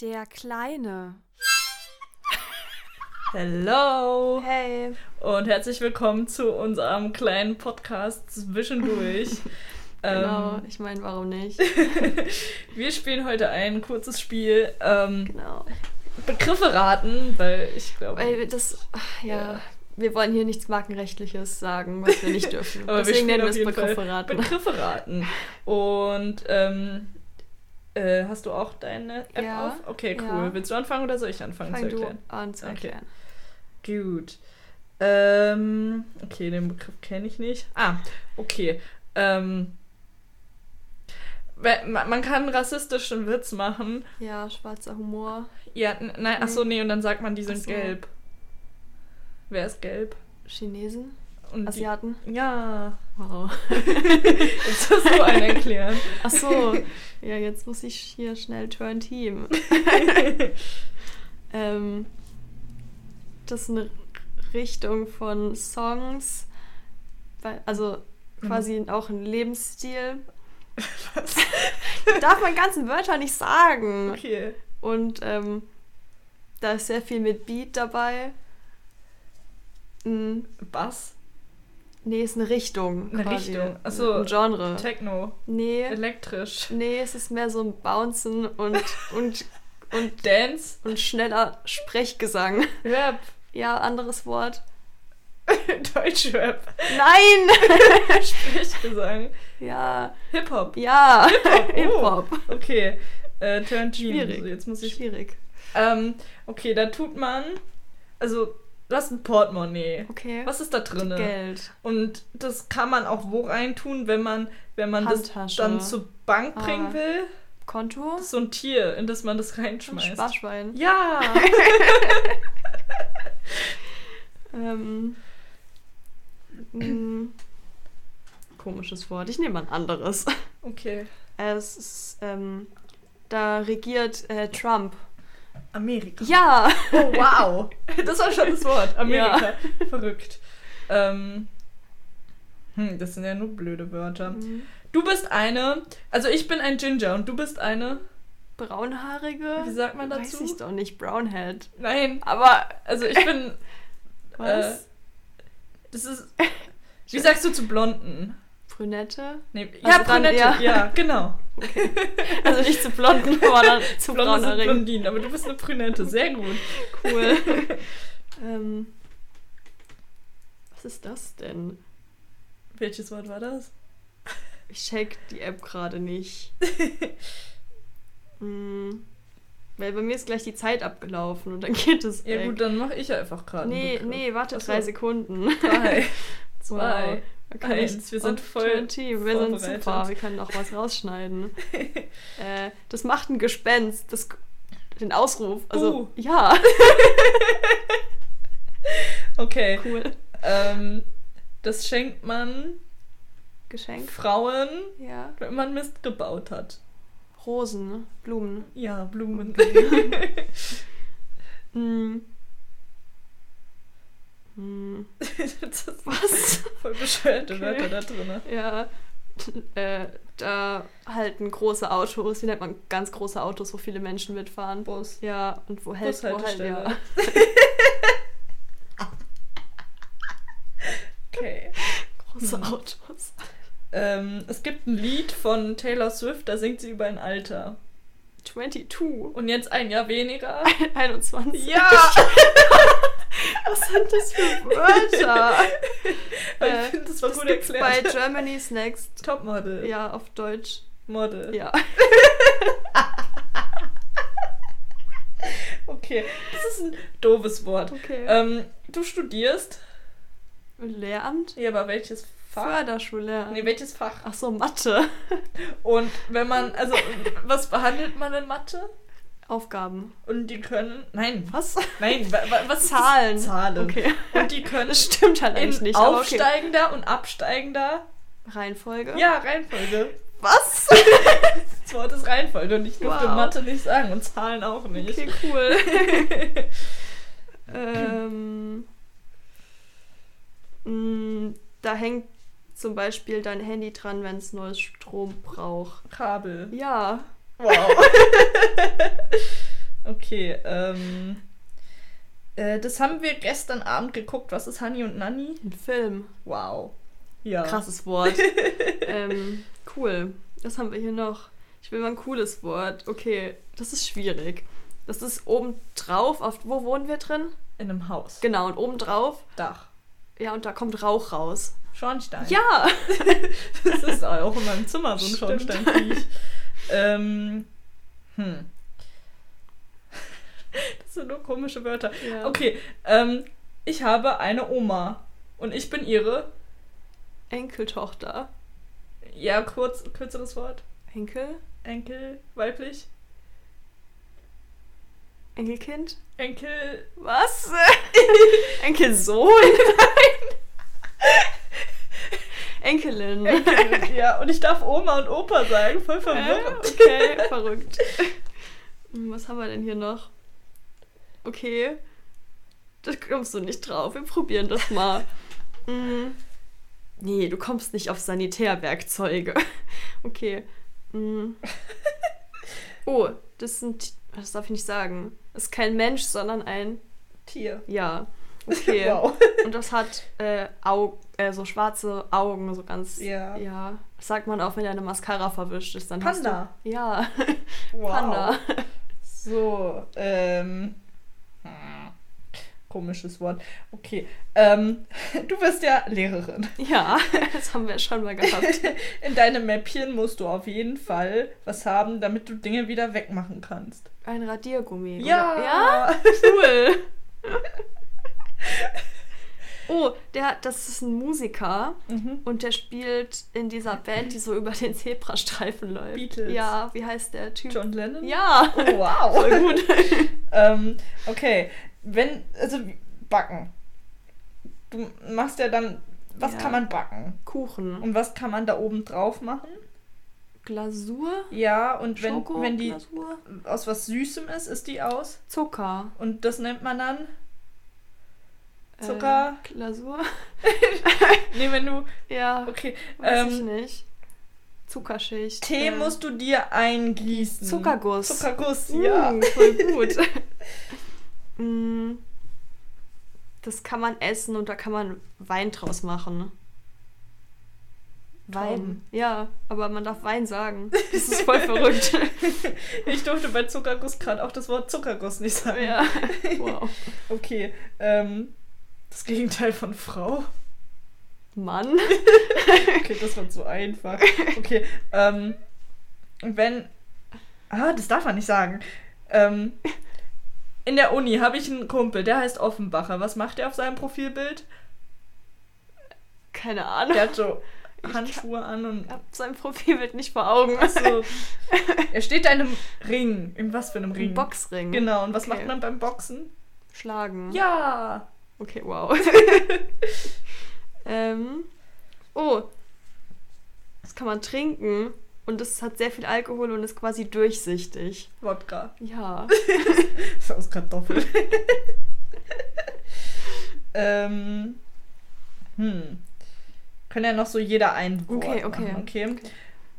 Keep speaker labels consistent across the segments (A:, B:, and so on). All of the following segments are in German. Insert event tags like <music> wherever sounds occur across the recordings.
A: Der Kleine.
B: Hello
A: Hey.
B: und herzlich willkommen zu unserem kleinen Podcast zwischendurch.
A: <laughs> Genau,
B: ähm,
A: ich meine, warum
B: <laughs>
A: nicht?
B: wir spielen heute ein kurzes Spiel. Ähm,
A: Genau.
B: Begriffe raten, weil ich glaube.
A: Weil das, ach, ja,
B: Ja.
A: wir wollen hier nichts Markenrechtliches sagen, was wir nicht dürfen.
B: <laughs> Aber
A: Deswegen
B: wir
A: nennen wir es
B: spielen auf jeden
A: Begriffe
B: Fall
A: raten. <laughs>
B: Begriffe raten. Und ähm, äh, hast du auch deine App
A: Ja,
B: auf? Okay, cool.
A: ja.
B: Willst du anfangen oder soll ich anfangen
A: Fang
B: zu
A: du
B: erklären?
A: an zu
B: Okay.
A: erklären.
B: Gut. Ähm, okay, den Begriff kenne ich nicht. Ah, okay. Ähm, we- ma- man kann rassistischen Witz machen.
A: Ja, schwarzer Humor.
B: Ja, n- nein, ach so, nee, und dann sagt man, die sind
A: Mhm. Ach so.
B: gelb. Wer ist gelb?
A: Chinesen?
B: Und die,
A: Asiaten? <laughs>
B: ja, <laughs>
A: Wow.
B: jetzt hast du einen erklären.
A: Ach so. Ja, jetzt muss ich hier schnell
B: <laughs>
A: Turn Team. ähm, das ist eine Richtung von Songs, weil- also
B: Mhm.
A: quasi auch ein Lebensstil.
B: Was?
A: Darf man ganzen Wörter nicht sagen.
B: Okay.
A: Und ähm, da ist sehr viel mit Beat dabei. Mm,
B: Bass?
A: nee, ist eine Richtung.
B: Eine
A: quasi.
B: Richtung. Ach so.
A: Ein Genre.
B: Techno?
A: Nee,
B: Elektrisch?
A: nee, es ist mehr so ein Bouncen und, und, und,
B: Dance?
A: und schneller Sprechgesang.
B: Rap? <laughs>
A: Ja, anderes Wort.
B: Deutschrap?
A: Nein! <laughs>
B: Sprechgesang?
A: Ja,
B: Hip-Hop?
A: ja.
B: Oh,
A: <laughs> Hip-Hop.
B: okay. Äh, Turn Team.
A: Schwierig.
B: Also jetzt muss ich.
A: Schwierig.
B: Ähm, okay, da tut man. Also, du hast ein Portemonnaie.
A: Okay.
B: Was ist da drin?
A: Geld.
B: Und das kann man auch wo reintun, wenn man, wenn man das
A: Handtasche.
B: dann zur Bank bringen
A: Ah.
B: will.
A: Konto.
B: Das ist so ein Tier, in das man das reinschmeißt.
A: Sparschwein.
B: Ja!
A: Ähm, mm, komisches Wort. Ich nehme ein anderes.
B: Okay.
A: Es ist, ähm, da regiert äh, Trump.
B: Amerika.
A: Ja!
B: Oh, wow! Das war schon das Wort. Amerika. Verrückt. Ähm, hm, das sind ja nur blöde Wörter. Du bist eine, also ich bin ein Ginger und du bist eine,
A: Braunhaarige.
B: wie sagt man
A: Weiß
B: dazu?
A: ich doch nicht. Brownhead.
B: Nein,
A: Aber äh,
B: also ich
A: <laughs>
B: bin, äh,
A: was?
B: das
A: <laughs>
B: ist, wie sagst du zu Blonden?
A: Brünette?
B: Nee, ja,
A: Also dann
B: Brünette, ja.
A: eher-
B: genau.
A: Also nicht zu <laughs> blonden, sondern <laughs> zu
B: Blonde sind
A: braunhaarigen.
B: Blondinen, aber du bist eine Brünette, sehr gut.
A: <laughs> Cool. <laughs> ähm, was ist das denn?
B: Welches Wort war das?
A: Ich check die App
B: <laughs>
A: gerade nicht. mm, weil bei mir ist gleich die Zeit abgelaufen und dann <laughs> geht es
B: Ja
A: weg.
B: gut, dann mache ich einfach gerade
A: nee,
B: einen Begriff.
A: nee, warte
B: Ach so.
A: drei Sekunden. <laughs>
B: Drei,
A: Wow.
B: zwei,
A: Da kann ich-
B: eins. Wir sind
A: Oh,
B: voll
A: schön Team. Wir sind
B: vorbereitet.
A: super. Wir können auch was rausschneiden.
B: <laughs>
A: äh, das macht ein Gespenst. Das, den Ausruf. Also,
B: Buh.
A: ja,
B: <laughs>
A: <laughs>
B: okay.
A: cool.
B: Ähm, das schenkt man
A: Geschenk.
B: Frauen,
A: Ja.
B: wenn man Mist gebaut hat.
A: Rosen, Blumen.
B: Ja,
A: <laughs>
B: Blumen.
A: Hm. Hm.
B: das ist
A: Was?
B: <laughs> Voll bescheuerte
A: Okay.
B: Wörter da drin. ne?
A: Ja. Äh, da halt halten große Autos, wie nennt man ganz große Autos, wo viele Menschen mitfahren.
B: Bus.
A: Ja, und wo hält, wo halt,
B: Bushaltestelle.
A: ja.
B: <laughs> Okay.
A: Große
B: Hm.
A: Autos.
B: Ähm, es gibt ein Lied von Taylor Swift, da singt sie über ein Alter.
A: 22.
B: <laughs> Und jetzt ein Jahr weniger.
A: 21.
B: <laughs> Ja!
A: Was sind das für
B: <laughs>
A: Wörter?
B: Aber
A: Äh,
B: ich finde, das war
A: das
B: gut
A: gibt's bei
B: erklärt.
A: Germany's
B: <laughs>
A: Next.
B: Topmodel.
A: Ja, auf Deutsch.
B: Model.
A: Ja.
B: Okay. Das ist ein doofes Wort.
A: Okay.
B: Ähm, du studierst.
A: Lehramt?
B: Ja, aber welches Fach?
A: Förderschullehramt.
B: Nee, welches Fach?
A: Ach so, Mathe.
B: Und wenn man, also, was behandelt man in Mathe?
A: Aufgaben.
B: Und die können. Nein,
A: Was? <laughs>
B: nein, wa- wa- was? ist das?
A: Zahlen.
B: Zahlen.
A: Okay.
B: Und die können
A: Das stimmt halt eigentlich
B: in
A: nicht. aber okay.
B: aufsteigender und absteigender.
A: Reihenfolge?
B: Ja, Reihenfolge.
A: Was?
B: Das Wort ist Reihenfolge und ich durfte
A: Wow.
B: Mathe nicht sagen und Zahlen auch nicht.
A: Okay, cool. ähm, mh, da hängt zum Beispiel dein Handy dran, wenn es neues Strom braucht.
B: Kabel.
A: Ja.
B: Wow. <laughs> Okay, ähm. Äh, das haben wir gestern Abend geguckt. Was ist Honey und Nanny?
A: Ein Film.
B: Wow. Ja.
A: Krasses Wort. ähm, cool. Was haben wir hier noch? Ich will mal ein cooles Wort. Okay, das ist schwierig. Das ist obendrauf. Auf, wo wohnen wir drin?
B: In einem Haus.
A: Genau, und obendrauf.
B: Dach.
A: Ja, und da kommt Rauch raus.
B: Schornstein.
A: Ja!
B: Das ist auch in meinem Zimmer so ein
A: Stimmt.
B: Schornsteinviech. Ähm. Hm. Das sind nur komische Wörter.
A: Ja.
B: Okay, ähm, ich habe eine Oma. Und ich bin ihre.
A: Enkeltochter.
B: Ja, kurz, kürzeres Wort.
A: Enkel?
B: Enkel, weiblich.
A: Enkelkind?
B: <laughs> Enkel.
A: Was? Enkelsohn? <laughs> Enkelin.
B: Enkel, ja, und ich darf Oma und Opa sagen. Voll <laughs> verwirrend.
A: Äh, okay, verrückt. Hm, Was haben wir denn hier noch? Okay. Da kommst du nicht drauf. Wir probieren das mal. Hm. Nee, du kommst nicht auf Sanitärwerkzeuge. <laughs> Okay. Hm. Oh, das sind. Das darf ich nicht sagen. Das ist kein Mensch, sondern ein.
B: Tier.
A: Ja. Okay.
B: Wow.
A: Und das hat äh, Au äh, so schwarze Augen, so ganz.
B: <laughs> Ja.
A: Ja. Das sagt man auch, wenn deine Mascara verwischt ist. Dann hast du-
B: Panda.
A: ja, <laughs>
B: Wow.
A: Panda.
B: So, ähm. hm, Komisches Wort. Okay. Ähm, <laughs> du bist ja Lehrerin.
A: Ja, <laughs> das haben wir schon mal
B: <laughs>
A: gehabt.
B: In deinem Mäppchen musst du auf jeden Fall was haben, damit du Dinge wieder wegmachen kannst.
A: Ein Radiergummi. Oder? Ja,
B: <laughs> Ja!
A: cool. Oh, der, das ist ein Musiker
B: Mhm.
A: und der spielt in dieser Band, die so <laughs> über den Zebrastreifen läuft.
B: Beatles.
A: Ja, wie heißt der Typ?
B: John Lennon?
A: Ja.
B: Oh, wow.
A: Voll gut.
B: <laughs> Ähm, okay. Wenn, also, backen. Du machst ja dann. Was
A: Ja.
B: kann man backen?
A: Kuchen.
B: Und was kann man da oben drauf machen?
A: Glasur?
B: Ja, und wenn,
A: Schoko?
B: wenn die
A: Glasur?
B: aus was Süßem ist, ist die aus.
A: Zucker.
B: Und das nennt man
A: <laughs>
B: dann. Zucker?
A: Äh, Glasur?
B: Nee, wenn du.
A: Ja,
B: Okay.
A: weiß ich
B: Ähm,
A: nicht. Zuckerschicht.
B: Tee
A: äh,
B: musst du dir eingießen.
A: Zuckerguss. Uh.
B: Zuckerguss,
A: Ja,
B: ja.
A: voll
B: <laughs>
A: gut. Mm, das kann man essen und da kann man Wein draus machen. Wein.
B: Trauben.
A: Ja, aber man darf
B: <laughs>
A: Wein sagen. Das ist voll verrückt.
B: Ich durfte bei Zuckerguss gerade auch das Wort Zuckerguss nicht sagen.
A: ja. <laughs> Wow.
B: Okay. Ähm, das Gegenteil von
A: <laughs>
B: Frau.
A: Mann.
B: Okay, das war zu einfach. Okay. Ähm, wenn. Ah, das darf man nicht sagen. Ähm, in der Uni habe ich einen Kumpel, der heißt Offenbacher. Was macht er auf seinem Profilbild?
A: Keine Ahnung.
B: Der hat so Handschuhe an und
A: Ich hab sein Profilbild nicht vor Augen.
B: Ach
A: <laughs>
B: so. Er steht in einem Ring. In was für einem Ring?
A: Ein Boxring.
B: Genau, und was
A: Okay. Mhm.
B: macht man beim Boxen?
A: Schlagen.
B: Ja!
A: Okay,
B: <laughs>
A: wow. ähm, oh, das kann man trinken und es hat sehr viel Alkohol und ist quasi durchsichtig.
B: Wodka.
A: <laughs> Ja,
B: Ist aus Kartoffeln. <laughs> ähm. Hm. Können ja noch so jeder ein Wort
A: Okay, okay.
B: machen, okay?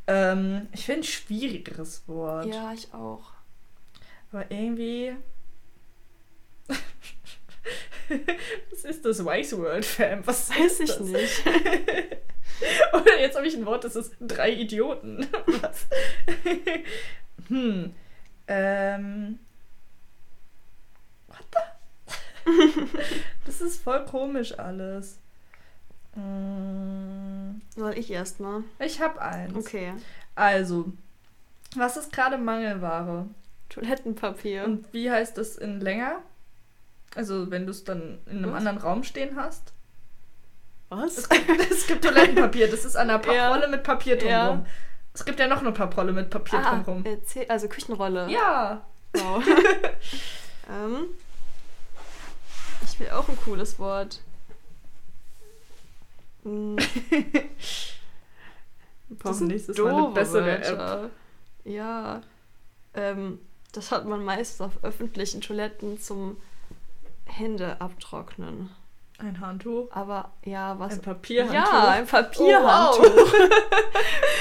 B: Ähm, ich finde ein schwierigeres Wort.
A: ja, ich auch.
B: Aber irgendwie. <laughs> Was ist das Wise World Fam? Was ist
A: Weiß ich
B: das?
A: nicht.
B: Oder jetzt habe ich ein Wort, das ist drei Idioten. <laughs> Was? hm. Ähm. What the? <laughs> das ist voll komisch alles. Mm,
A: Soll ich erstmal?
B: Ich habe eins.
A: Okay.
B: Also, was ist gerade Mangelware?
A: Toilettenpapier.
B: Und wie heißt das in länger? Also, wenn du es dann in einem
A: Was?
B: anderen Raum stehen hast? <laughs>
A: Was?
B: Es gibt Toilettenpapier, das ist an einer
A: Ja.
B: Papprolle mit Papier drumrum.
A: Ja.
B: Es gibt ja noch eine Papprolle mit Papier
A: <laughs> Ah,
B: drumrum.
A: äh, Ze- also Küchenrolle.
B: Ja. <laughs>
A: Wow. ähm, ich will auch ein cooles Wort. Hm. <laughs>
B: Das
A: sind
B: nächste Mal eine
A: doofe
B: bessere
A: Wörter. Ja. Ähm, das hat man meist auf öffentlichen Toiletten zum Hände abtrocknen.
B: Ein Handtuch.
A: Aber ja, was.
B: Also, Ein Papierhandtuch. Oh,
A: Ja, ein Papierhandtuch.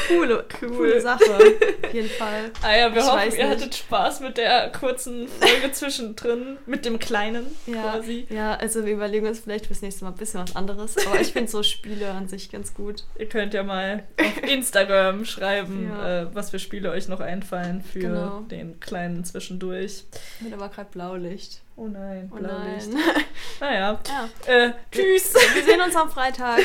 A: coole, coole Sache. Auf
B: <laughs>
A: jeden Fall.
B: Ah ja, wir
A: Ich
B: hoffen,
A: weiß
B: ihr
A: nicht.
B: hattet Spaß mit der kurzen
A: <laughs>
B: Folge zwischendrin, mit dem Kleinen
A: Ja,
B: quasi.
A: ja, also wir überlegen uns vielleicht fürs nächste Mal ein bisschen was anderes. Aber ich finde so Spiele an sich ganz gut.
B: Ihr könnt ja mal auf
A: <laughs>
B: Instagram schreiben,
A: Ja.
B: äh, was für Spiele euch noch einfallen für
A: Genau.
B: den Kleinen zwischendurch.
A: Wird aber gerade Blaulicht.
B: Oh nein,
A: Oh
B: Blaulicht.
A: nein.
B: Naja,
A: ja. <laughs>
B: äh, tschüss.
A: Wir sehen uns am Freitag.